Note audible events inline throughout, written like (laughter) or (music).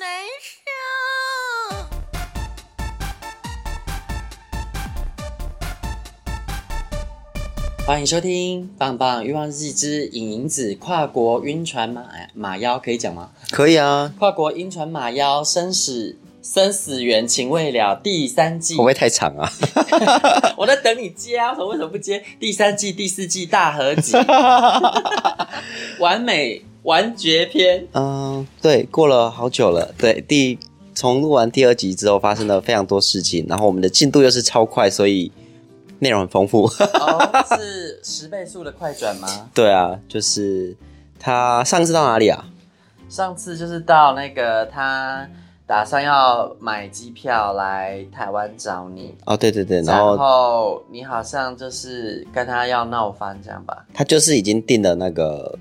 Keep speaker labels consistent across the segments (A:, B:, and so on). A: 难受。
B: 欢迎收听《棒棒欲望日之影影子》跨国晕船马马妖，可以讲吗？
C: 可以啊，
B: 跨国晕船马妖生死生死缘情未了第三季，
D: 会不会太长啊？
B: (laughs) 我在等你接啊，我为什么不接？第三季、第四季大合集，完美完结篇。
D: 嗯，对，过了好久了。对，第从录完第二集之后，发生了非常多事情，然后我们的进度又是超快，所以内容很丰富。 (laughs)
B: 哦，是十倍速的快转吗？
D: 对啊，就是他上次到哪里啊？
B: 上次就是到那个他打算要买机票来台湾找你，
D: 哦，对对对，然
B: 然
D: 后
B: 后你好像就是跟他要闹翻这样吧？
D: 他就是已经订了那个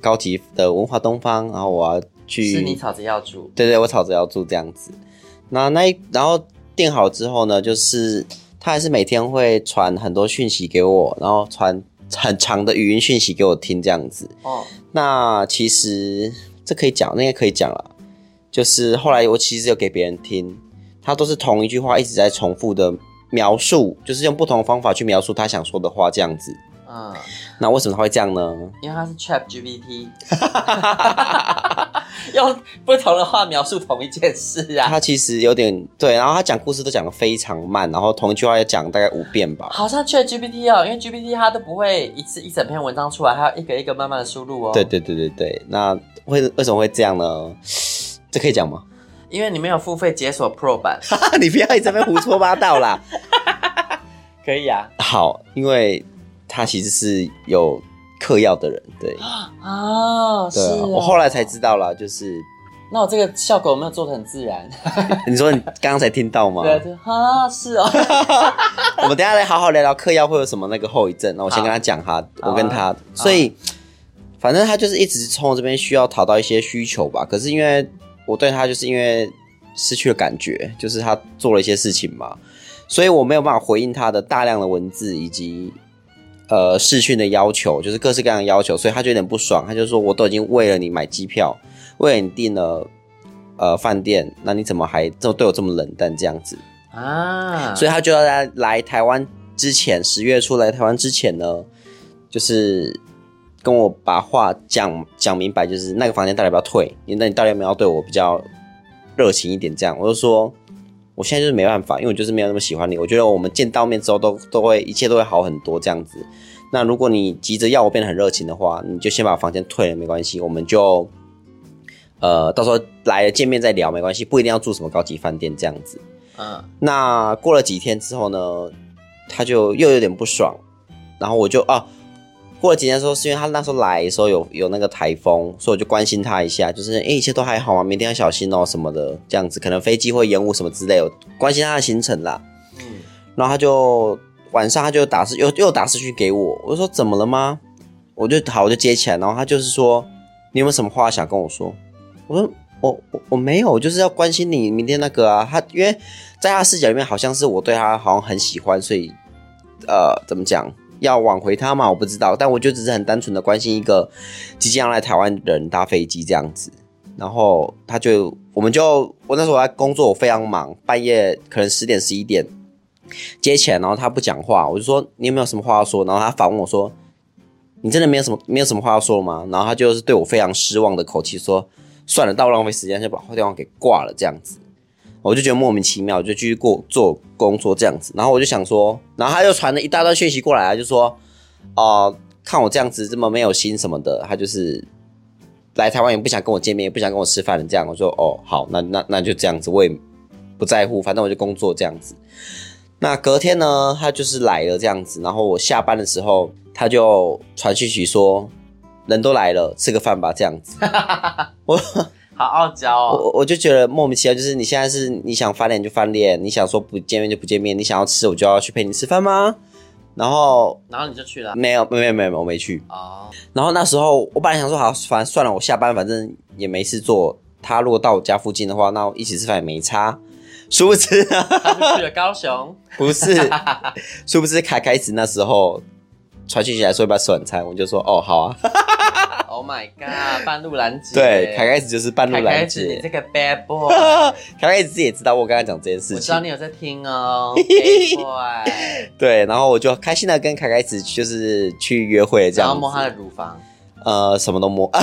D: 高级的文化东方，然后我要去，
B: 是你吵着要
D: (laughs)
B: 住，
D: 对对，我吵着要住这样子。那那一然后订好之后呢，就是他还是每天会传很多讯息给我，然后传很长的语音讯息给我听这样子。
B: 哦，
D: 那其实这可以讲，那应该可以讲了。就是后来我其实有给别人听，他都是同一句话一直在重复的描述，就是用不同的方法去描述他想说的话这样子。
B: 嗯，
D: 那为什么他会这样呢？
B: 因为他是 Chat GPT，用不同的话描述同一件事啊，
D: 他其实有点对，然后他讲故事都讲得非常慢，然后同一句话要讲大概五遍吧。
B: 好像 Chat GPT 哦，因为 GPT 它都不会一次一整篇文章出来，它要一个一个慢慢的输入哦。
D: 对，对对对对，那为为什么会这样呢？这可以讲吗？
B: 因为你没有付费解锁 Pro 版，
D: (laughs) 你不要一直在那边胡说八道啦。
B: 可以啊。
D: (laughs) 好，因为他其实是有嗑药的人，对
B: 哦，是
D: 对、啊
B: 哦
D: 我后来才知道啦，就是
B: 那我这个效果有没有做的很自
D: (laughs)
B: 然？
D: 你说你刚刚才听到吗？
B: 对啊，就啊，是
D: (laughs)
B: 哦， (laughs)
D: 我们等一下来好好聊聊嗑药会有什么那个后遗症。那我先
B: 好
D: 跟他讲哈，
B: 好啊啊
D: 我跟他，所以反正他就是一直从我这边需要讨到一些需求吧。可是因为我对他就是因为失去了感觉，就是他做了一些事情嘛，所以我没有办法回应他的大量的文字以及。呃，视讯的要求就是各式各样的要求，所以他就有点不爽，他就说：“我都已经为了你买机票，为了你订了呃饭店，那你怎么还这么对我这么冷淡这样子？”
B: 啊，
D: 所以他就要在来台湾之前，十月初来台湾之前呢，就是跟我把话讲讲明白，就是那个房间到底要不要退？你那你到底有没有要对我比较热情一点？这样，我就说我现在就是没办法，因为我就是没有那么喜欢你。我觉得我们见到面之后都都会一切都会好很多这样子。那如果你急着要我变得很热情的话，你就先把房间退了，没关系，我们就呃到时候来了见面再聊，没关系，不一定要住什么高级饭店这样子。
B: 嗯，
D: 那过了几天之后呢，他就又有点不爽，然后我就啊，过了几天之后，是因为他那时候来的时候有有那个台风，所以我就关心他一下，就是哎、诶一切都还好吗？明天要小心哦什么的，这样子可能飞机会延误什么之类的，我关心他的行程啦。
B: 嗯
D: 然后他就晚上他就打视又又打视讯给我，我就说怎么了吗？我就好我就接起来，然后他就是说你有没有什么话想跟我说？我说我我我没有，我就是要关心你明天那个啊。他因为在他视角里面好像是我对他好像很喜欢，所以呃怎么讲要挽回他嘛，我不知道，但我就只是很单纯的关心一个即将要来台湾的人搭飞机这样子。然后他就，我们就，我那时候我在工作，我非常忙，半夜可能十点十一点，接起来，然后他不讲话，我就说你有没有什么话要说？然后他反问我说：“你真的没有什么没有什么话要说吗？”然后他就是对我非常失望的口气说：“算了，到浪费时间，就把电话给挂了。”这样子，我就觉得莫名其妙，我就继续过做工作这样子。然后我就想说，然后他又传了一大段讯息过呃来，就说：“哦、看我这样子这么没有心什么的，他就是来台湾也不想跟我见面，也不想跟我吃饭的这样。我说哦，好，那那那就这样子，我也不在乎，反正我就工作这样子。那隔天呢，他就是来了这样子，然后我下班的时候，他就传讯息说，人都来了，吃个饭吧这样子。我
B: 好傲娇哦，
D: 我我我就觉得莫名其妙，就是你现在是你想翻脸就翻脸，你想说不见面就不见面，你想要吃我就要去陪你吃饭吗？然后
B: 然后你就去了
D: 没有没有没有没有我没去，
B: 哦，
D: 然后那时候我本来想说，好，反正算了，我下班反正也没事做。他如果到我家附近的话，那我一起吃饭也没差。殊不知，
B: 他就去了高
D: (laughs)
B: 雄，
D: 不
B: (laughs)
D: 是，殊不知凯开始那时候传讯息来说要不要吃晚餐，我就说哦好啊。
B: Oh my god！半路拦截，
D: 对，凯开始就是半路
B: 凯
D: 拦
B: 凯子，你
D: 截
B: 这。个 bad
D: (laughs)
B: boy，
D: 凯开始自己也知道我刚才讲这件事
B: 我知道
D: 情，
B: 你有在听
D: (laughs)
B: 哦，bad boy，
D: 对，然后我就开心的跟凯开始就是去约会这
B: 然后
D: 样
B: 摸他
D: 子，
B: 的乳房。
D: 呃，什么都摸啊，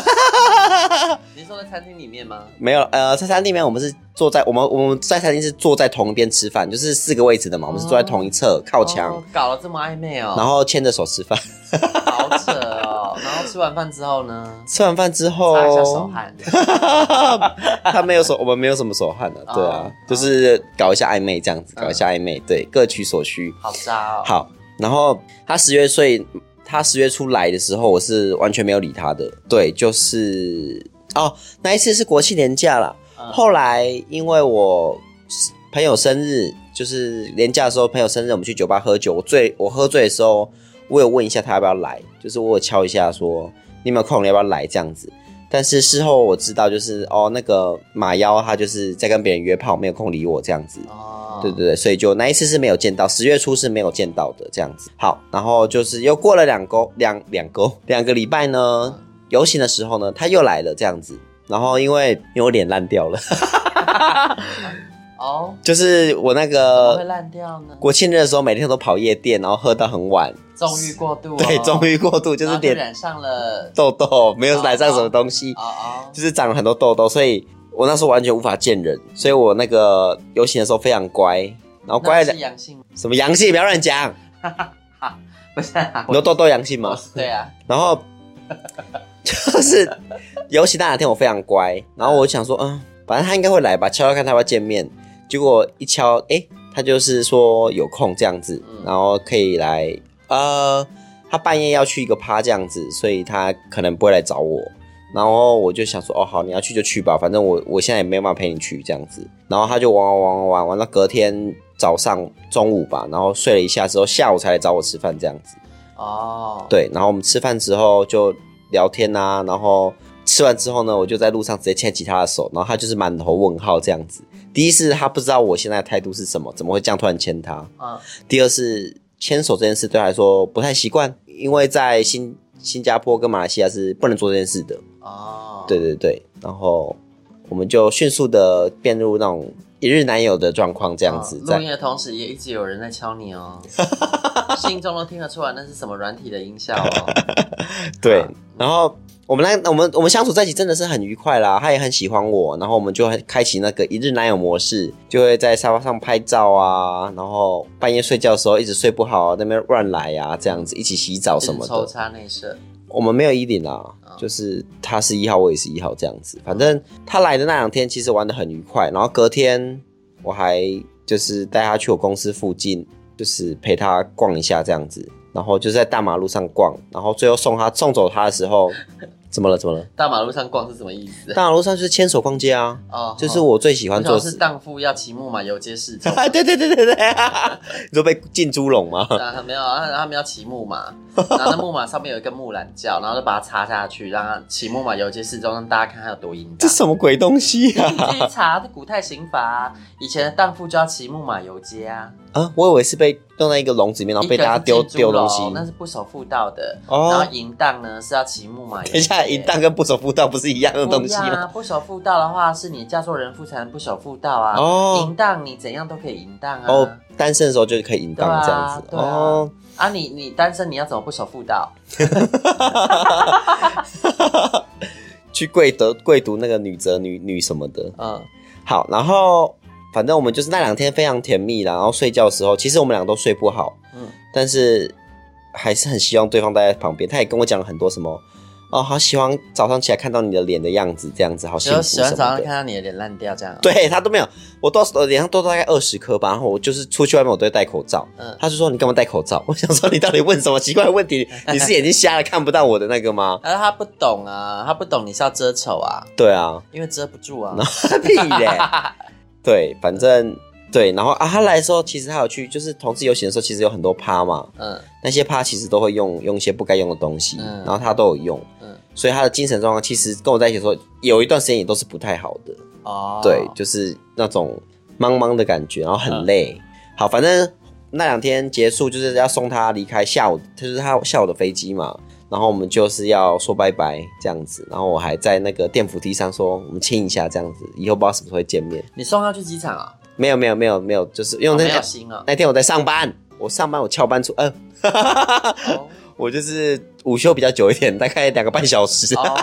B: 你是说在餐厅里面吗？
D: 没有，呃，在餐厅里面我们是坐在我们我们在餐厅是坐在同一边吃饭，就是四个位置的嘛，我们是坐在同一侧靠墙，
B: 哦，搞了这么暧昧哦，
D: 然后牵着
B: (laughs)
D: 手吃饭。
B: 好扯
D: (laughs)
B: 哦。然后吃完饭之后呢，
D: 吃完饭之后， (laughs)
B: 擦一下手汗，
D: 他没有手，我们没有什么手汗的、
B: 哦
D: 对啊，就是搞一下暧昧这样子，搞一下暧昧，对，各取所需。
B: 好渣哦。，
D: 好，然后他十月岁，他十月初来的时候，我是完全没有理他的，对，就是哦，那一次是国庆年假啦。后来因为我朋友生日，就是年假的时候，朋友生日我们去酒吧喝酒，我醉，我喝醉的时候，我有问一下他要不要来，就是我有敲一下说你有没有空，你要不要来这样子。但是事后我知道，就是哦，那个马妖他就是在跟别人约炮，没有空理我这样子。
B: 哦，
D: 对对对，所以就那一次是没有见到，十月初是没有见到的这样子。好，然后就是又过了两沟两两沟两个礼拜呢，游行的时候呢，他又来了这样子。然后因为因为我脸烂掉了， (laughs)
B: 哦，
D: 就是我那
B: 怎么会
D: 个
B: 烂掉呢？
D: 国庆日的时候，每天都跑夜店，然后喝到很晚，
B: 纵欲过度哦，
D: 对，终于过度，就
B: 然
D: 是
B: 后就
D: 脸
B: 染上了，
D: 痘痘，没有染上什么东西，
B: 哦哦，
D: 就是长了很多痘痘，所以我那时候完全无法见人，所以我那个游行的时候非常乖，然后乖
B: 那
D: 的
B: 是阳性吗，
D: 什么阳性不要乱讲，
B: 不是啊，
D: 你说痘痘阳性吗？
B: 对啊，
D: 然后就是尤其那两天我非常乖，然后我就想说，嗯，反正他应该会来吧，敲敲看他要不要见面。结果一敲，诶，他就是说有空这样子，然后可以来，呃，他半夜要去一个趴这样子，所以他可能不会来找我。然后我就想说，哦，好，你要去就去吧，反正我我现在也没有办法陪你去这样子。然后他就玩玩玩玩玩玩到隔天早上中午吧，然后睡了一下之后，下午才来找我吃饭这样子。
B: 哦，
D: 对，然后我们吃饭之后就聊天啊，然后吃完之后呢，我就在路上直接牵起他的手，然后他就是满头问号这样子。第一是他不知道我现在的态度是什么，怎么会这样突然牵他？
B: 嗯，
D: 啊第二是牵手这件事对他来说不太习惯，因为在新新加坡跟马来西亚是不能做这件事的。
B: 哦，
D: 对对对，然后我们就迅速的变入那种一日男友的状况这
B: 这
D: 样子，
B: 哦录音
D: 在
B: 的同时也一直有人在敲你
D: (laughs)
B: 哦，心中都听得出来那是什么软体的音效哦。
D: (laughs) 对，然后我们那我们我们相处在一起真的是很愉快啦，他也很喜欢我，然后我们就会开启那个一日男友模式，就会在沙发上拍照啊，然后半夜睡觉的时候一直睡不好、啊，在那边乱来啊，这样子一起洗澡什么
B: 一直抽
D: 的。
B: 插内射，
D: 我们没有一零啊，就是他是一号，我也是一号这样子。反正他来的那两天其实玩的很愉快，然后隔天我还就是带他去我公司附近，就是陪他逛一下这样子，然后就在大马路上逛，然后最后送他送走他的
B: (laughs)
D: 时候，怎么了？怎么了？
B: 大马路上逛是什么意思？
D: 大马路上就是牵手逛街啊，
B: 哦，
D: 就是我最喜
B: 我
D: 欢
B: 想
D: 做
B: 是
D: 事。
B: 荡妇要骑木马游街市
D: (laughs)
B: 走
D: 啊，对对对对对，你说被进猪笼吗？
B: 啊，没有啊，他们要骑木马，然后那木马上面有一个木懒觉，然后就把它插下去，让它骑木马游街市中，让大家看它有多淫
D: 这
B: 荡。
D: 什么鬼东西
B: 你自己
D: 啊？
B: 查，这古代刑罚、啊，以前的荡妇就要骑木马游街啊，
D: 啊，我以为是被弄在一个笼子里面，然后被大家丢
B: 一个是进猪
D: 丢
B: 笼
D: 东西。
B: 那是不守妇道的。
D: 哦
B: 然后淫荡呢是要骑木马游街。
D: 等一下，淫荡跟不守妇道不是一样的
B: 不
D: 东
B: 一
D: 西
B: 样啊！
D: 吗？
B: 不守妇道的话，是你嫁错人妇才能不守妇道啊。
D: 哦
B: 淫荡你怎样都可以淫荡啊。
D: 哦，单身的时候就可以淫荡这样子。
B: 对啊对啊
D: 哦，
B: 啊你，你单身你要怎么不守妇道？
D: 去跪德跪读那个女则女女什么的。
B: 嗯，
D: 好，然后反正我们就是那两天非常甜蜜啦，然后睡觉的时候，其实我们俩都睡不好，
B: 嗯
D: 但是还是很希望对方待在旁边。他也跟我讲了很多什么。哦，好喜欢早上起来看到你的脸的样子，这样子好幸
B: 就
D: 福
B: 喜
D: 什
B: 欢早
D: 么
B: 上看
D: 的。
B: 到你的脸烂掉这样、，啊
D: (laughs) 对他都没有，我都我脸上都大概二十颗吧，然后我就是出去外面我都会戴口罩。
B: 嗯，
D: 他就说你干嘛戴口罩？ (laughs) 我想说你到底问什么奇怪的问题？你是眼睛瞎了看不到我的那个吗？
B: 但是他不懂啊，他不懂你是要遮丑啊，
D: 对
B: (laughs)
D: 啊，
B: 因为遮不住啊。
D: 屁嘞！对，反正对，然后啊，他来的时候其实他有去，就是同志游行的时候，其实有很多趴嘛，
B: 嗯，
D: 那些趴其实都会用用一些不该用的东西，
B: 嗯
D: 然后他都有用，
B: 嗯
D: 所以他的精神状况其实跟我在一起的时候，有一段时间也都是不太好的，
B: 哦，
D: 对，就是那种茫茫的感觉，然后
B: 嗯
D: 很累。好，反正那两天结束就是要送他离开，下午就是他下午的飞机嘛。然后我们就是要说拜拜这样子，然后我还在那个电扶梯上说我们亲一下这样子，以后不知道什么时候会见面。
B: 你送他去机场啊、
D: 没有没有没有没有，就是因为
B: 哦？
D: 我那
B: 没
D: 天、
B: 有心
D: (laughs)
B: 啊、
D: 那天我在上班，我上班我翘班出，嗯、
B: 哦。
D: 我就是午休比较久一点，大概两个半小时，
B: 哦，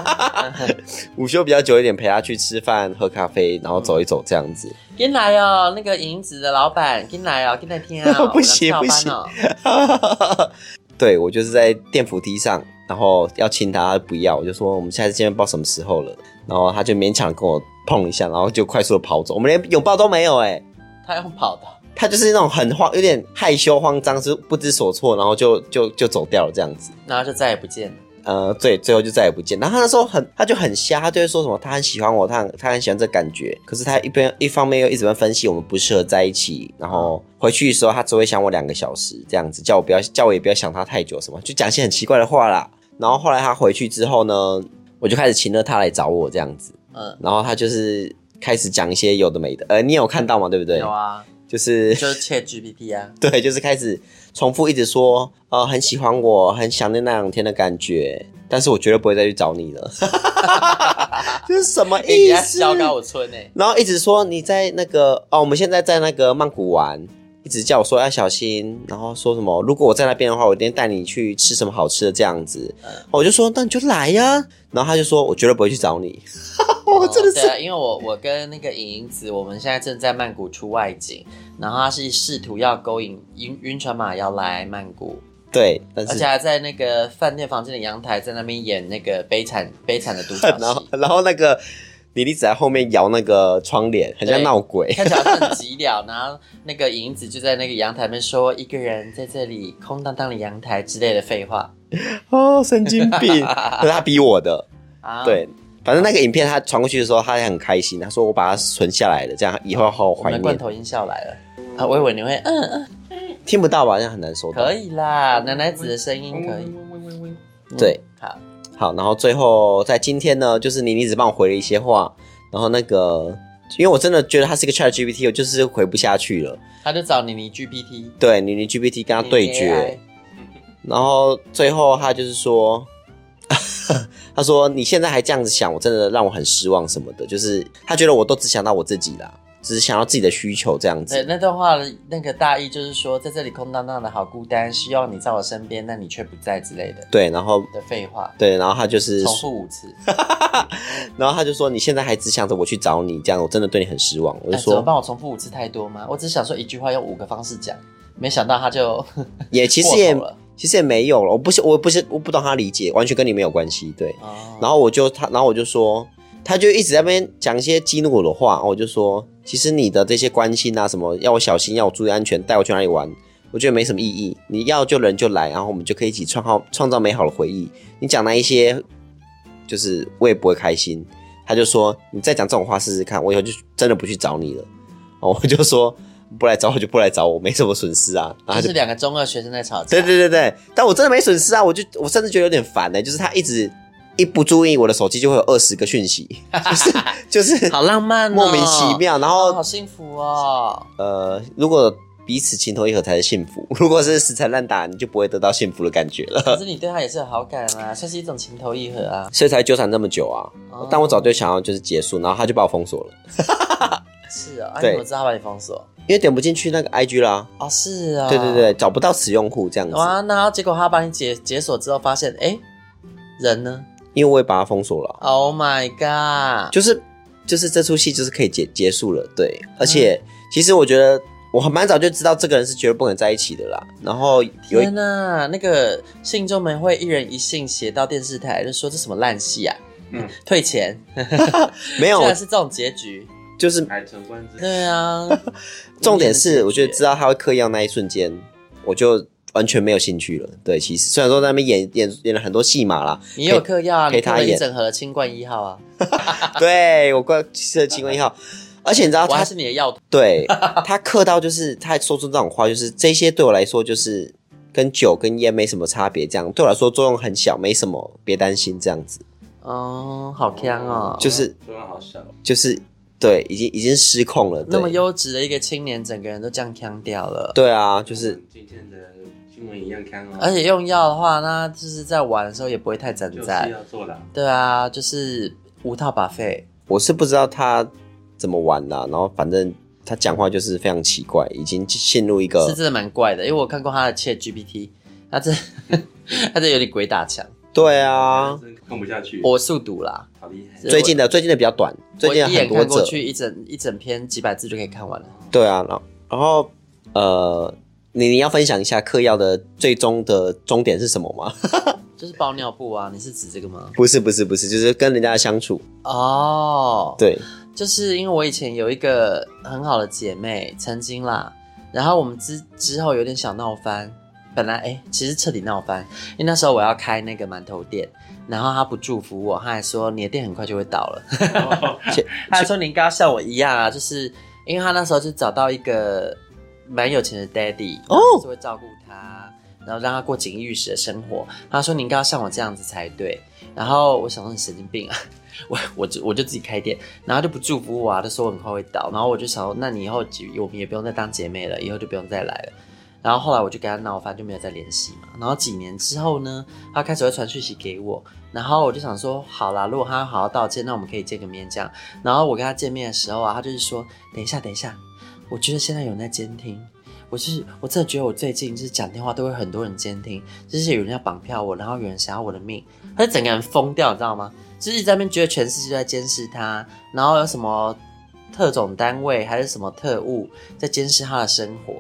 D: (laughs) 午休比较久一点陪他去吃饭喝咖啡，然后走一走这样子。
B: 进来哦，那个银子的老板进来哦，进来听啊，
D: (laughs) 不行
B: 我们要翘班哦
D: (laughs) 对我就是在电扶梯上，然后要亲他，他不要，我就说我们下次见面不知道什么时候了，然后他就勉强跟我碰一下，然后就快速的跑走，我们连拥抱都没有哎、
B: 他用跑的，
D: 他就是那种很慌，有点害羞慌张，是不知所措，然后就就就走掉了这样子。
B: 然后就再也不见了。
D: 呃，对，最后就再也不见。然后他那时候很，他就很瞎，他就会说什么他很喜欢我，他很他很喜欢这感觉。可是他一边一方面又一直在分析我们不适合在一起，然后回去的时候他只会想我两个小时这样子，叫我不要叫我也不要想他太久什么，就讲一些很奇怪的话啦。然后后来他回去之后呢，我就开始请了他来找我这样子，
B: 嗯，
D: 然后他就是开始讲一些有的没的。呃，你有看到吗？对不对？
B: 有啊，
D: 就是
B: 就是 Chat GPT 啊，
D: 对，就是开始重复一直说，呃，很喜欢我，很想念那两天的感觉，但是我绝对不会再去找你了。 (laughs) 这哎是什么
B: 哎你给
D: 意
B: 他
D: 思？
B: 笑到我村哎、
D: 然后一直说你在那个哦，我们现在在那个曼谷玩，一直叫我说要小心，然后说什么如果我在那边的话，我一定带你去吃什么好吃的这样子。
B: 嗯
D: 哦我就说那你就来呀、然后他就说我绝对不会去找你。我真的
B: (laughs) 哦
D: 是
B: 对啊，因为我我跟那个影影子，我们现在正在曼谷出外景，然后他是试图要勾引晕晕船马要来曼谷，
D: 对，但
B: 而且
D: 是。
B: 还在那个饭店房间的阳台，在那边演那个悲惨悲惨的独
D: (laughs) 然
B: 角
D: 后
B: 戏，，
D: 然后那个李丽子在后面摇那个窗帘，很像
B: 对 (laughs)
D: 闹鬼。
B: 看起来很寂寥。然后那个影子就在那个阳台面说，一个人在这里空荡荡的阳台之类的废话
D: 哦，神经病，那 (laughs) 是他逼我的。
B: (laughs) 啊。，
D: 对，反正那个影片他传过去的时候，他也很开心，他说我把它存下来了，这样以后好好
B: 我
D: 怀
B: 们的罐
D: 念。
B: 头音效来了啊，我以为你会嗯嗯，
D: 听不到吧？这样很难收到。
B: 可。以啦，奶奶子的声音可以。嗯
D: 对，
B: 好，
D: 好，然后最后在今天呢，就是妮妮只帮我回了一些话，然后那个。因为我真的觉得他是一个 Chat GPT，我就是回不下去了。
B: 他就找你你 GPT。
D: 对，妮妮 GPT 跟他对决，然后最后他就是说， (laughs) 他说你现在还这样子想，我真的让我很失望什么的。就是他觉得我都只想到我自己啦，只是想到自己的需求这样
B: 对，
D: 子。
B: 那段话的那个大意就是说，在这里空荡荡的好孤单，希望你在我身边，但你却不在之类的
D: 对，然后
B: 的废话，
D: 对，然后他就是，
B: 重复五次。
D: 然后他就说你现在还只想着我去找你，这样我真的对你很失望。我就
B: 哎怎么
D: 说，
B: 办？我重复五次太多吗？我只是想说一句话，用五个方式讲，没想到他就 (laughs)
D: 也其
B: 过
D: 实也
B: 头了。
D: 其实也没有了，我不是我不是我不懂他理解，完全跟你没有关系。对，
B: 哦
D: 然后我就他，然后我就说，他就一直在那边讲一些激怒我的话，然后我就说，其实你的这些关心啊，什么要我小心，要我注意安全，带我去哪里玩，我觉得没什么意义。你要就人就来，然后我们就可以一起创好创造美好的回忆。你讲那一些，就是我也不会开心。他就说，你再讲这种话试试看，我以后就真的不去找你了。哦，我就说不来找我就不来找我，没什么损失啊。然后他
B: 就
D: 就是
B: 两个中二学生在吵架。
D: 对对对对，但我真的没损失啊，我就我甚至觉得有点烦呢、欸就是他一直一不注意，我的手机就会有二十个讯息，
B: (laughs)
D: 就是就是
B: 好浪漫哦，
D: 莫名其妙。然
B: 哦，
D: 后
B: 好幸福哦。
D: 呃，如果彼此情投意合才是幸福， (laughs) 如果是死缠烂打，你就不会得到幸福的感觉了， (laughs)
B: 可是你对他也是有好感啊，算是一种情投意合啊。
D: 所以才纠缠那么久啊
B: 哦。
D: 但我早就想要就是结束，然后他就把我封锁了，
B: 是啊，啊
D: 对
B: 你怎么知道他把你封锁？
D: 因为点不进去那个 IG 啦。
B: 哦，是啊，
D: 对对对，找不到此用户这样子，
B: 哇，然后结果他把你解解锁之后，发现哎、诶人呢
D: 因为我也把它封锁了。啊
B: ？Oh my god！
D: 就是就是这出戏就是可以结结束了，对。而且、其实我觉得我很蛮早就知道这个人是绝对不可能在一起的啦。然后有一
B: 天呐、那个信众们会一人一信写到电视台，就说这什么烂戏啊！
E: 嗯
B: (laughs) 退钱，
D: 没有
B: 竟然是这种结局。
D: 就是
E: 海城观之
B: 对
D: (laughs)
B: 啊，
D: 重点是，我觉得知道他会嗑药那一瞬间，我就完全没有兴趣了。对，其实虽然说在那边演演演了很多戏码啦，
B: 你有嗑药啊，
D: 陪
B: 你嗑
D: 他
B: 了一
D: 演
B: 整盒的清冠一号啊，
D: 对我怪吃了清官一号，而且你知道
B: 我
D: 他
B: 还是你的药桶。
D: 对他嗑到就是他还说出这种话，就是这些对我来说就是跟酒跟烟没什么差别，这样对我来说作用很小，没什么，别担心这样子，
B: 哦，好香哦，
D: 就是
E: 作啊用好小，
D: 就是对，已经已经失控了，对
B: 那么优质的一个青年，整个人都这样腔掉了。
D: 对啊，就是
E: 跟今天的新闻一样看哦，
B: 而且用药的话，那就是在玩的时候也不会太整
E: 就是
B: 在。
E: 要做了，
B: 对啊，就是无套把费。
D: 我是不知道他怎么玩啦、然后反正他讲话就是非常奇怪，已经陷入一个
B: 是真的蛮怪的，因为我看过他的 Chat GPT，他这
D: (laughs)
B: 他这有点鬼打墙，
D: 对啊，
E: 真看不下去，
B: 我速读啦，
E: 好厉害，
D: 最近的最近的比较短，最
B: 我一
D: 近的
B: 眼
D: 很多
B: 看过
D: 则，
B: 去一整一整篇几百字就可以看完了。
D: 对啊，然后然后呃，你你要分享一下嗑药的最终的终点是什么吗？ (laughs)
B: 就是包尿布啊，你是指这个吗？
D: 不是不是不是，就是跟人家的相处，
B: 哦，，
D: 对，
B: 就是因为我以前有一个很好的姐妹，曾经啦，然后我们之之后有点小闹翻，本来哎、其实彻底闹翻，因为那时候我要开那个馒头店，然后她不祝福我，她还说你的店很快就会倒了。
E: 哦 (laughs)
B: 他还说你应该要像我一样啊，就是因为他那时候就找到一个蛮有钱的 daddy，哦，是会照顾他，然后让他过锦衣玉食的生活。他说你应该要像我这样子才对。然后我想说你神经病啊， (laughs) 我我就我就自己开店，然后他就不祝福我啊，就说我很快会倒。然后我就想说，那你以后就我们也不用再当姐妹了，以后就不用再来了。然后后来我就跟他闹翻，就没有再联系嘛。然后几年之后呢，他开始会传讯息给我，然后我就想说，好啦，如果他好好道歉，那我们可以见个面这样。然后我跟他见面的时候啊，他就是说：“等一下，等一下，我觉得现在有人在监听。”我就是我真的觉得我最近就是讲电话都会很多人监听，就是有人要绑票我，然后有人想要我的命，他就整个人疯掉，你知道吗？就是在那边觉得全世界都在监视他，然后有什么特种单位还是什么特务在监视他的生活，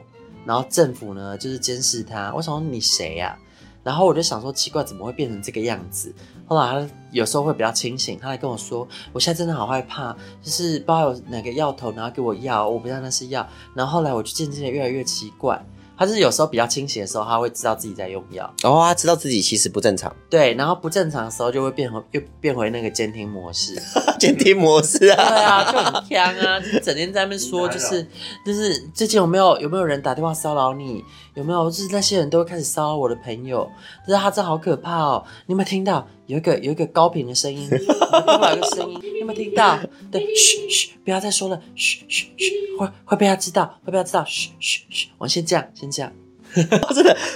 B: 然后政府呢就是监视他。我想说你谁呀、然后我就想说奇怪，怎么会变成这个样子？后来他有时候会比较清醒，他来跟我说，我现在真的好害怕，就是不知道有哪个药头，然后给我药，我不知道那是药。然后后来我就渐渐的越来越奇怪，他就是有时候比较清醒的时候，他会知道自己在用药，
D: 然哦后他知道自己其实不正常，
B: 对，然后不正常的时候就会变回又变回那个监听模式。
D: 监听模式
B: 对
D: 啊，
B: 啊，就很呛啊，就是整天在那边说，就是就是最近有没有有没有人打电话骚扰你？有没有就是那些人都会开始骚扰我的朋友？就是他真的好可怕哦！你有没有听到有一个有一个高频的声音？有没有听到有一个声音，你有没有听到？对，嘘嘘，不要再说了，嘘嘘嘘，会会被他知道，会被他知道，嘘嘘嘘，我们先这样，先这样。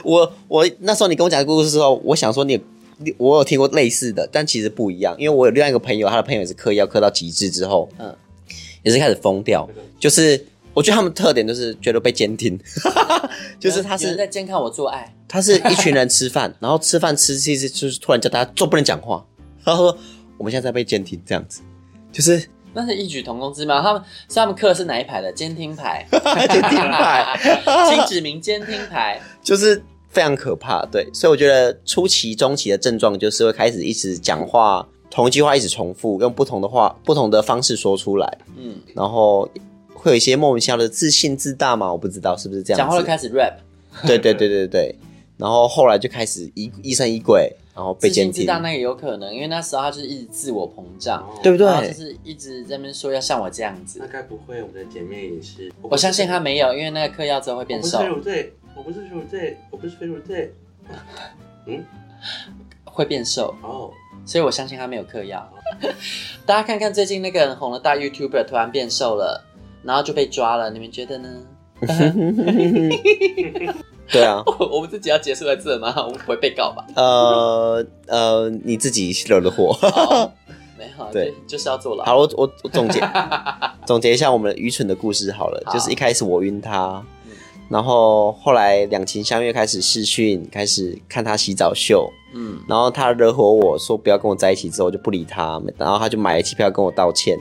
D: 我我那时候你跟我讲这个故事的时候，我想说你。你我有听过类似的，但其实不一样，因为我有另外一个朋友，他的朋友也是嗑药嗑到极致之后，嗯
B: 嗯，
D: 也是开始疯掉。就是我觉得他们特点就是觉得被监 (laughs) 听，就是他
B: 有人在
D: 是
B: 监看我做爱，
D: 他是一群人吃饭，然后吃饭吃吃吃，就是突然叫大家坐不能讲话，然后说我们现在在被监听这样子， (laughs) 就是
B: 那是异曲同工之妙。他们所以他们课是哪一排的？监听牌，
D: 监 (laughs) 听派，
B: 金指明监听牌。
D: 就是非常可怕。对，所以我觉得初期、中期的症状就是会开始一直讲话，同一句话一直重复，用不同的话、不同的方式说出来，
B: 嗯，
D: 然后会有一些莫名其妙的自信自大嘛，我不知道是不是这样子。
B: 讲话就开始 rap。
D: 对对对对对，然后后来就开始疑疑神疑鬼，然后被
B: 自
D: 监
B: 信自
D: 听，
B: 大那也有可能，因为那时候他就是一直自我膨胀，
D: 对不
B: 然后就
D: 对？
B: 是一直在那边说要像我这样
E: 那
B: 子。
E: 该不会我们的姐妹也是？
B: 我相信他没有，因为那个嗑药之后会
E: 我
B: 变
E: 不是
B: 瘦
E: 水，乳队，我不是水乳队，我不是水乳队。
B: 会变瘦，
E: 哦，
B: 所以我相信他没有嗑药。 (laughs) 大家看看最近那个很红的大 YouTuber 突然变瘦了，然后就被抓了，你们觉得呢？ (laughs)
D: 对啊，
B: 我们自己要结束在这吗？我们不会被告
D: (laughs)
B: 吧？
D: 呃呃，你自己惹
B: (laughs)
D: 的祸。
B: 哦没有，
D: 对
B: 就就是要坐牢。
D: 好，我我我总
B: (laughs)
D: 结总结一下我们愚蠢的故事好了，
B: 好嗯
D: 就是一开始我晕他，然后后来两情相悦开始试训，开始看他洗澡秀，
B: 嗯，
D: 然后他惹火我说不要跟我在一起之后我就不理他，然后他就买了机票跟我道歉，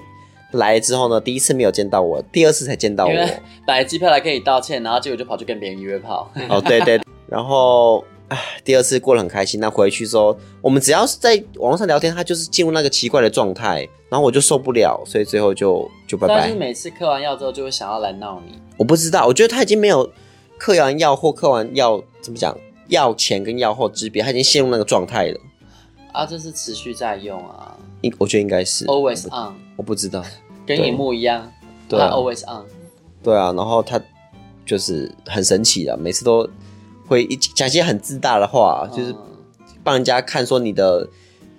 D: 来之后呢，第一次没有见到我，第二次才见到
B: 因为
D: 我。
B: 买机票来跟你道歉，然后结果就跑去跟别人约炮。
D: 哦，对对，然后唉，第二次过得很开心。那回去之后，我们只要是在网络上聊天，他就是进入那个奇怪的状态，然后我就受不了，所以最后就就拜
B: 但是
D: 拜。
B: 每次嗑完药之后就会想要来闹你，
D: 我不知道，我觉得他已经没有嗑完药或嗑完药怎么讲，药前跟药后之别，他已经陷入那个状态了。
B: 啊，这是持续在用啊
D: 应我觉得应该是
B: ，always
D: 我不
B: on，
D: 我不知道。
B: 跟
D: 对
B: 荧幕一样，
D: 对
B: 它
D: 啊
B: always on。
D: 对啊，然后他就是很神奇的，每次都会一讲一些很自大的话，就是
B: 嗯
D: 帮人家看说你的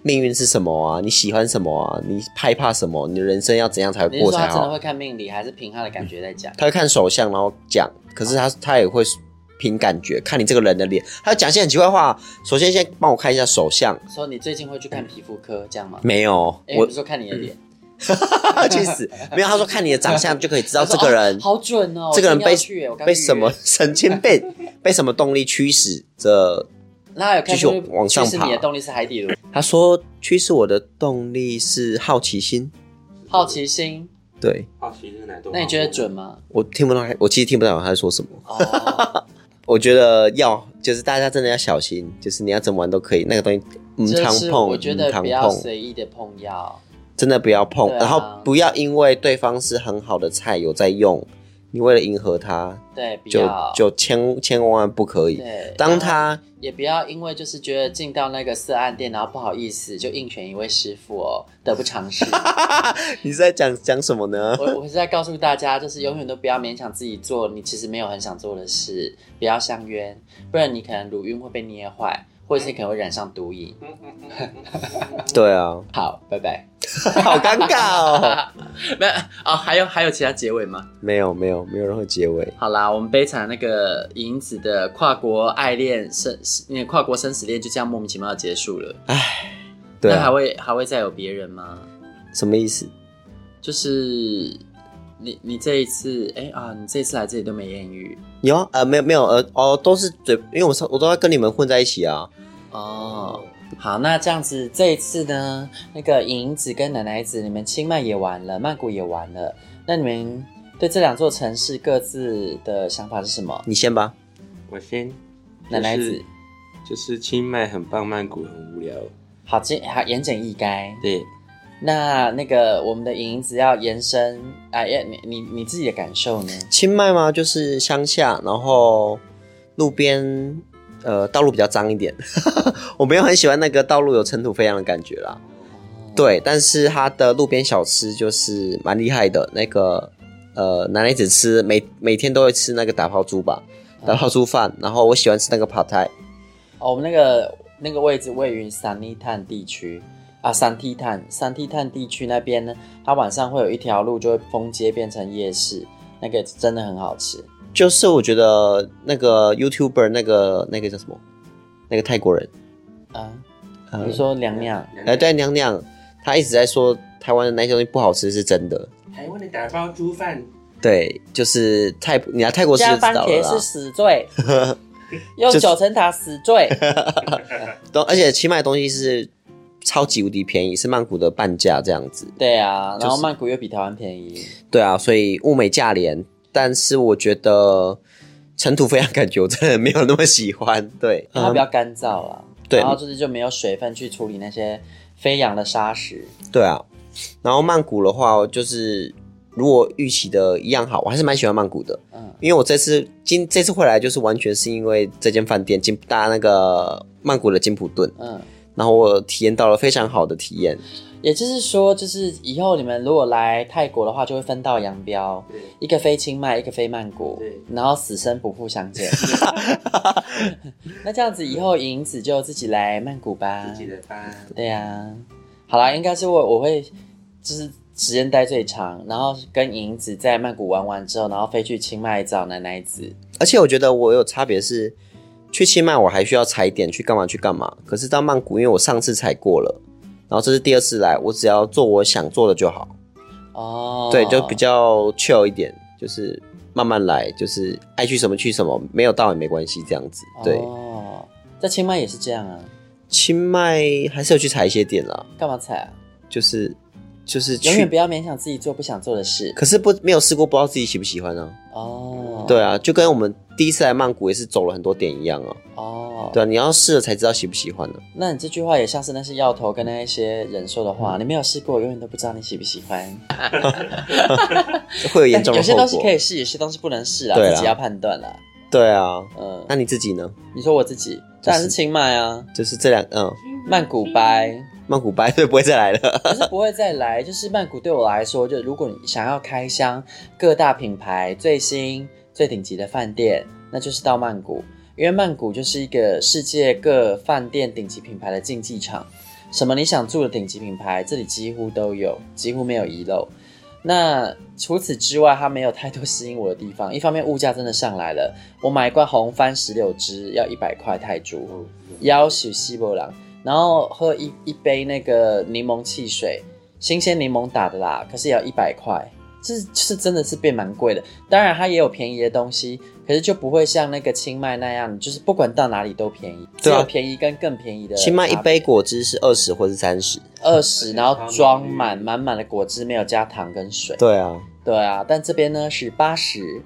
D: 命运是什么啊，你喜欢什么啊，你害怕什么，你的人生要怎样才
B: 你是
D: 会过
B: 说他
D: 才
B: 真的
D: 好。
B: 会看命理，还是凭他的感觉在讲？
D: 他会看手相，然后讲，可是他他也会凭感觉看你这个人的脸，他讲一些很奇怪的话。首先先帮我看一下手相，
B: 说你最近会去看皮肤科，这样吗？
D: 没有，
B: 哎，
D: 我
B: 不是说看你的脸，
D: (laughs) 去死，没有。他说看你的长相就可以知
B: (laughs)
D: 道这个人
B: 他说哦好准哦，
D: 这个人
B: 我今天
D: 被
B: 要去耶我刚
D: 被
B: 预约 (laughs)
D: 什么？神经被被什么动力驱使着？
B: 那还有看
D: 继续
B: 出
D: 往上
B: 其实你的
D: 爬
B: 动力是海底轮，
D: 他说驱使我的动力是好奇心。
B: 好奇心。
D: 对
E: 好奇是哪都
B: 那你觉得准？吗？
D: 我听不懂他，我其实听不懂他在说什么。
B: 哦，
D: 我觉得要就是大家真的要小心，就是你要怎么玩都可以，那个东西 (laughs) 嗯
B: 就
D: 常
B: 是
D: 碰，
B: 我觉得
D: 嗯常
B: 不要
D: 碰，
B: 随意的碰药。
D: 真的不要碰。
B: 对啊
D: 然后不要因为对方是很好的菜有在用，你为了迎合他，
B: 对，不
D: 就
B: 要
D: 就千千万万不可以。
B: 对，
D: 当
B: 然后
D: 他
B: 也不要因为就是觉得进到那个色暗店，然后不好意思就应选一位师傅哦，得不偿失。
D: 你是在讲讲什么呢？
B: 我我是在告诉大家，就是永远都不要勉强自己做你其实没有很想做的事，不要相冤，不然你可能乳晕会被捏坏，或者是你可能会染上毒瘾。
D: 对啊，
B: 好，拜拜。
D: 好尴尬哦。
B: (laughs) 没有哦，还有还有其他结尾吗？
D: 没有没有没有任何结尾。
B: 好啦，我们悲惨那个银子的跨国爱恋生，那个跨国生死恋就这样莫名其妙地结束了。
D: 对
B: 那还
D: 啊，
B: 会还会再有别人吗？
D: 什么意思？
B: 就是你你这一次，哎、啊，你这一次来这里都没艳遇
D: 有啊，呃，没有没有，呃，哦，都是嘴，因为我上我都要跟你们混在一起啊。
B: 哦。好，那这样子这一次呢，那个银子跟奶奶子，你们清迈也玩了，曼谷也玩了，那你们对这两座城市各自的想法是什么？
D: 你先吧，
E: 我先，
B: 奶奶
E: 就是
B: 子，
E: 就是清迈很棒，曼谷很无聊。
B: 好，这好言简意赅。
E: 对，
B: 那那个我们的银子要延伸，哎、呀，你你你自己的感受呢？
D: 清迈嘛，就是乡下，然后路边，呃，道路比较脏一点。 (laughs) 我没有很喜欢那个道路有尘土飞扬的感觉啦。对，但是它的路边小吃就是蛮厉害的，那个呃，奶奶子吃每每天都会吃那个打抛猪吧，打抛猪饭，然后我喜欢吃那个 p a t a i
B: 哦，我们那个那个位置位于三利探地区啊，三梯探三梯探地区那边呢，它晚上会有一条路就会封街变成夜市，那个真的很好吃。
D: 就是我觉得那个 YouTuber 那个那个叫什么，那个泰国人，
B: 啊，
D: 呃
B: 你说娘娘，
D: 哎，对，娘娘，她一直在说台湾的那些东西不好吃是真的。
E: 台湾的打包猪饭，
D: 对，就是泰，你来泰国吃就
B: 加
D: 知道
B: 番茄
D: 了啦
B: 是。死
D: (laughs)
B: 罪，用九层塔死罪。
D: 都而且清迈的东西是超级无敌便宜，是曼谷的半价这样子。
B: 对啊，然
D: 就
B: 后
D: 是
B: 曼谷又比台湾便宜，
D: 对啊，所以物美价廉，但是我觉得尘土飞扬感觉我真的没有那么喜欢。
B: (laughs)
D: 对，
B: 因为它比较干燥啦，
D: 嗯对
B: 然后就是就没有水分去处理那些飞扬的沙石。
D: 对啊。然后曼谷的话，就是如果预期的一样好，我还是蛮喜欢曼谷的。
B: 嗯，
D: 因为我这次今这次回来，就是完全是因为这间饭店金搭那个曼谷的金普顿，
B: 嗯，
D: 然后我体验到了非常好的体验。
B: 也就是说，就是以后你们如果来泰国的话，就会分道扬镳，
E: 对，
B: 一个飞清迈，一个飞曼谷
E: 对，
B: 然后死生不复相
D: (laughs)
B: 见。 (laughs) 那这样子以后银子就自己来曼谷吧
E: 自。己的饭。
B: 对呀、好啦，应该是我我会就是时间待最长，然后跟银子在曼谷玩完之后，然后飞去清迈找奶奶子。
D: 而且我觉得我有差别是，去清迈我还需要踩点去干嘛去干嘛，可是到曼谷，因为我上次踩过了，然后这是第二次来，我只要做我想做的就好，
B: 哦，
D: 对，就比较 chill 一点，就是慢慢来，就是爱去什么去什么，没有到也没关系这样子。对，
B: 哦，在清迈也是这样啊，
D: 清迈还是有去踩一些点啦，
B: 干嘛踩啊？
D: 就是就是
B: 永远
D: 去
B: 不，要勉强自己做不想做的事。
D: 可是不没有试过，不知道自己喜不喜欢啊。
B: 哦，
D: 对啊，就跟我们第一次来曼谷也是走了很多点一样啊。
B: 哦，
D: 对啊，你要试了才知道喜不喜欢呢、啊
B: 那你这句话也像是那些药头跟那一些人说的话，你没有试过，永远都不知道你喜不喜欢。
D: 会有严重的
B: 哎有些
D: 后
B: 东
D: 果。
B: 西可以试，有些东西不能试啦，啊
D: 对啦
B: 自己要判断啦。
D: 对啊，
B: 嗯，
D: 那你自己呢？
B: 你说我自己当然是清迈啊，
D: 就是这两嗯，
B: 曼谷掰，
D: 曼谷白对不会再来了。
B: 可是不会再来。就是曼谷对我来说，就如果你想要开箱各大品牌最新最顶级的饭店，那就是到曼谷，因为曼谷就是一个世界各饭店顶级品牌的竞技场，什么你想住的顶级品牌，这里几乎都有，几乎没有遗漏。那除此之外，它没有太多吸引我的地方。一方面，物价真的上来了，我买一罐红番石榴汁要一百块泰铢，要许西伯朗，然后喝一一杯那个柠檬汽水，新鲜柠檬打的啦，可是也要一百块，这是真的是变蛮贵的。当然它也有便宜的东西，可是就不会像那个清迈那样，就是不管到哪里都便宜，只
D: 对啊
B: 有便宜跟更便宜的差别。
D: 清迈一杯果汁是二十或是三十。
B: 二十，然后装满满满的果汁，没有加糖跟水。
D: 对啊，
B: 对啊，但这边呢是八十。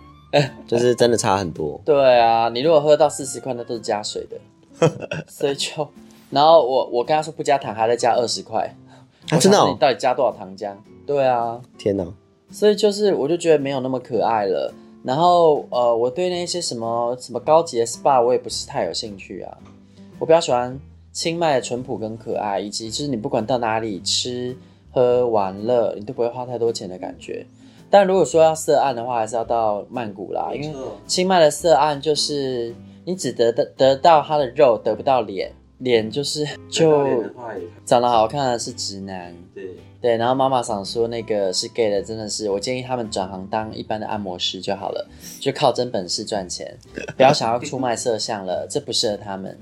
D: 就是真的差很多。
B: 对啊，你如果喝到四十块，那都是加水的，
D: (laughs)
B: 所以就，然后我我跟他说不加糖，还在加二十块，
D: 啊
B: 我想
D: 真的哦
B: 说你到底加多少糖浆？对啊，
D: 天哪，
B: 所以就是我就觉得没有那么可爱了。然后呃，我对那些什么什么高级的 SPA 我也不是太有兴趣啊，我比较喜欢清迈的淳朴跟可爱，以及就是你不管到哪里吃喝玩乐，你都不会花太多钱的感觉。但如果说要涉案的话，还是要到曼谷啦，因为清迈的色案就是你只得得得到它的肉，得不到脸，脸就是就
E: 的话也
B: 长得好看的是直男，
E: 对，
B: 对，然后妈妈想说那个是 gay 的，真的是我建议他们转行当一般的按摩师就好了，就靠真本事赚钱，不要想要出卖色相了，这不适合他们。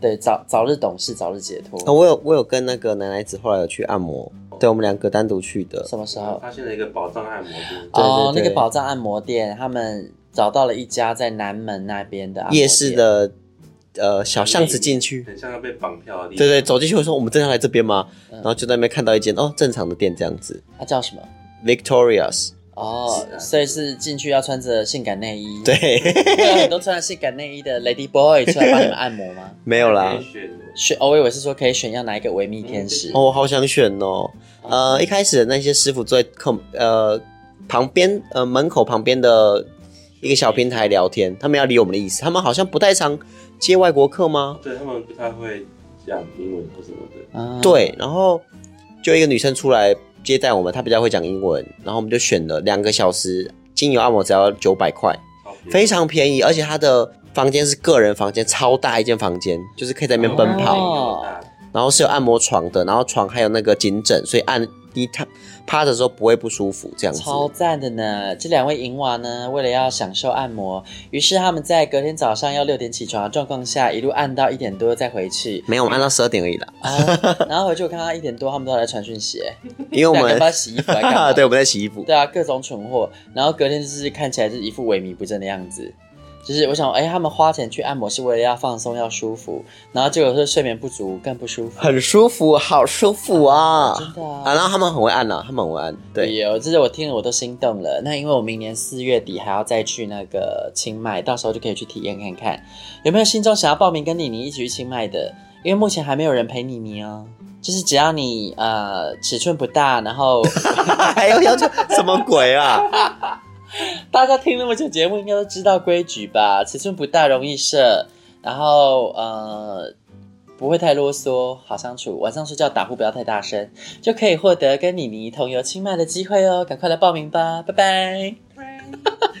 B: 对，早早日懂事，早日解脱。
D: 啊我有我有跟那个奶奶子后来有去按摩，对我们两个单独去的。
B: 什么时候？
E: 发现了一个宝藏按摩店，
D: 对
B: 哦，
D: 对
B: 那个宝藏按摩店，他们找到了一家在南门那边的按摩
D: 夜市
B: 店。
D: 的呃小巷子进去，
E: 很像要被绑票的地方。
D: 对对，走进去我说我们正常来这边吗？
B: 嗯
D: 然后就在那边看到一间哦正常的店这样子
B: 它叫什么？
D: ，Victorious，
B: 哦
E: 是，啊
B: 所以是进去要穿着性感内衣。，
D: 对，
B: 很多穿着性感内衣的 Lady Boy 出来帮你们按摩
D: (laughs)
B: 吗？
D: 没有啦
E: 可以。选的
B: 选哦，我以为是说可以选要哪一个维密天使。
D: 哦，我好想选哦。呃，一开始的那些师傅坐在空呃旁边呃门口旁边的一个小平台聊天，他们要理我们的意思，他们好像不太常接外国客吗？
E: 对他们不太会讲英文或什么的。
B: 啊
D: 嗯对，然后就一个女生出来接待我们，她比较会讲英文，然后我们就选了两个小时精油按摩，只要九百块，
E: 超便宜
D: 非常便宜，而且她的房间是个人房间，超大一间房间，就是可以在那边奔跑，
B: 哦
D: 然后是有按摩床的，然后床还有那个颈枕，所以按你躺趴的时候不会不舒服，这样子。
B: 超赞的呢！这两位银娃呢，为了要享受按摩，于是他们在隔天早上要六点起床的状况下，一路按到一点多再回
D: (laughs)
B: 去。
D: 没有，我们按到十二点而
B: (laughs)
D: 已啦，
B: 啊，然后回去我看到一点多，他们都还在传讯息，
D: 因为我
B: 两个人
D: 们？
B: 不知道洗衣服来干嘛
D: (laughs) 对，我们在洗衣服，
B: 对啊，各种蠢货，然后隔天就是看起来就是一副萎靡不振的样子。就是我想，哎、他们花钱去按摩是为了要放松、要舒服，然后结果是睡眠不足，更不舒服。
D: 很舒服，好舒服啊！
B: 真的
D: 啊，
B: 啊，
D: 然后他们很会按啊，他们很会按，对，
B: 有，这是我听了我都心动了。那因为我明年四月底还要再去那个清迈，到时候就可以去体验看看，有没有心中想要报名跟妮妮一起去清迈的？因为目前还没有人陪妮妮哦。就是只要你呃尺寸不大，然后
D: (laughs) 还有要求什么鬼啊？
B: 大家听那么久节目，应该都知道规矩吧？尺寸不大，容易射，然后呃，不会太啰嗦，好相处。晚上睡觉打呼不要太大声，就可以获得跟妮妮同游清迈的机会哦！赶快来报名吧，拜拜。 (laughs)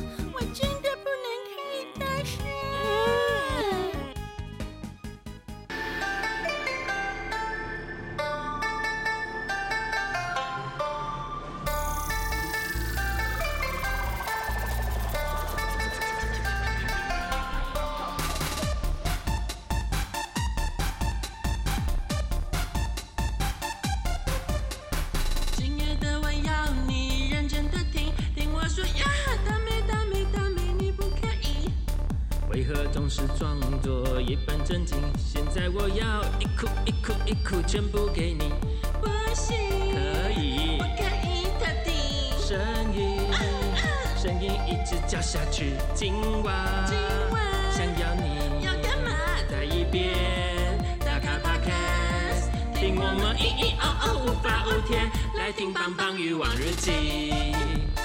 F: 我真的不能开大声。总是装作一本正经，现在我要一哭一哭一哭全部给你，
G: 不行，
F: 可以
G: 不可以到底？
F: 声音，声音一直叫下去，今晚，
G: 今晚
F: 想要你，
G: 要干嘛？
F: 再一遍，打开 Podcast，听我们咿咿哦哦无法无天，来听棒棒鱼往日记。